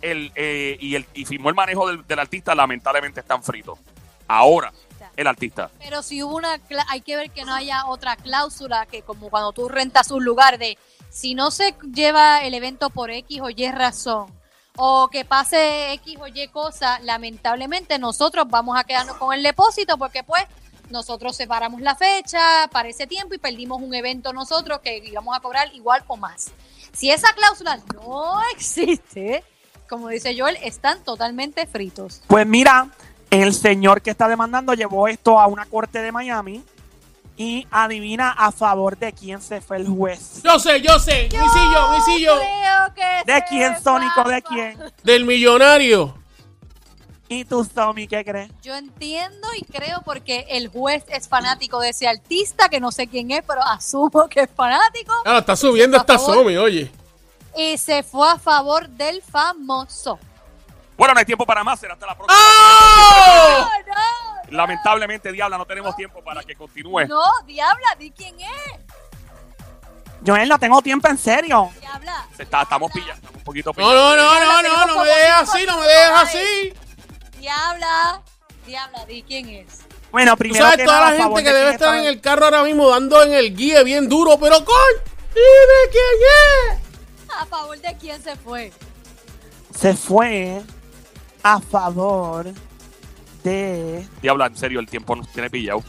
[SPEAKER 1] el, eh, y, el, y firmó el manejo del, del artista, lamentablemente están fritos. Ahora, el artista.
[SPEAKER 2] Pero si hubo una, cla- hay que ver que no haya otra cláusula que como cuando tú rentas un lugar de si no se lleva el evento por X o Y razón o que pase X o Y cosa, lamentablemente nosotros vamos a quedarnos con el depósito porque pues nosotros separamos la fecha para ese tiempo y perdimos un evento nosotros que íbamos a cobrar igual o más. Si esa cláusula no existe, como dice Joel, están totalmente fritos.
[SPEAKER 3] Pues mira, el señor que está demandando llevó esto a una corte de Miami y adivina a favor de quién se fue el juez.
[SPEAKER 4] Yo sé, yo sé. Misillo, misillo.
[SPEAKER 2] Creo que
[SPEAKER 3] ¿De
[SPEAKER 2] se
[SPEAKER 3] quién, Sónico?
[SPEAKER 2] pasa.
[SPEAKER 3] ¿De quién?
[SPEAKER 4] Del millonario.
[SPEAKER 3] ¿Y tú, Tommy, qué crees?
[SPEAKER 2] Yo entiendo y creo porque el juez es fanático de ese artista, que no sé quién es, pero asumo que es fanático,
[SPEAKER 4] Ah, está subiendo
[SPEAKER 2] Por
[SPEAKER 4] esta
[SPEAKER 2] favor.
[SPEAKER 4] Somi, oye.
[SPEAKER 2] y se fue a favor del famoso.
[SPEAKER 4] ¡Ah!
[SPEAKER 1] Bueno, no hay tiempo para más, será hasta la próxima.
[SPEAKER 4] ¡Oh!
[SPEAKER 2] ¡Oh, no!
[SPEAKER 1] La Lamentablemente, Diabla, no tenemos tiempo para que continúe.
[SPEAKER 2] No, diabla, di quién es.
[SPEAKER 3] Joel, no tengo tiempo, en serio.
[SPEAKER 2] Diabla.
[SPEAKER 1] Se está- estamos pillando, estamos un poquito
[SPEAKER 4] No,
[SPEAKER 1] pillados.
[SPEAKER 4] no, no, no, no, no me dejes así, no me dejes así.
[SPEAKER 2] Diabla. Diabla, di quién es.
[SPEAKER 3] Bueno,
[SPEAKER 4] Tú
[SPEAKER 3] primero
[SPEAKER 4] sabes
[SPEAKER 3] que
[SPEAKER 4] toda
[SPEAKER 3] nada,
[SPEAKER 4] la
[SPEAKER 3] a favor
[SPEAKER 4] gente que
[SPEAKER 3] de
[SPEAKER 4] debe
[SPEAKER 3] quienes
[SPEAKER 4] estar en
[SPEAKER 3] están-
[SPEAKER 4] el carro ahora mismo dando en el guía bien duro, pero con. Dime quién es.
[SPEAKER 2] ¿A favor de quién se fue?
[SPEAKER 3] Se fue a favor de...
[SPEAKER 1] Diabla, en serio, el tiempo nos tiene pillado.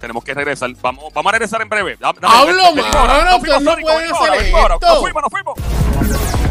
[SPEAKER 1] Tenemos que regresar. Vamos, vamos a regresar en breve. Da- dame-
[SPEAKER 4] Hablo,
[SPEAKER 1] venimos ahora,
[SPEAKER 4] mano,
[SPEAKER 1] nos fuimos,
[SPEAKER 4] ustedes no
[SPEAKER 1] Sónico,
[SPEAKER 4] pueden
[SPEAKER 1] venimos ahora,
[SPEAKER 4] hacer
[SPEAKER 1] venimos ahora.
[SPEAKER 4] esto.
[SPEAKER 1] Nos fuimos, nos fuimos.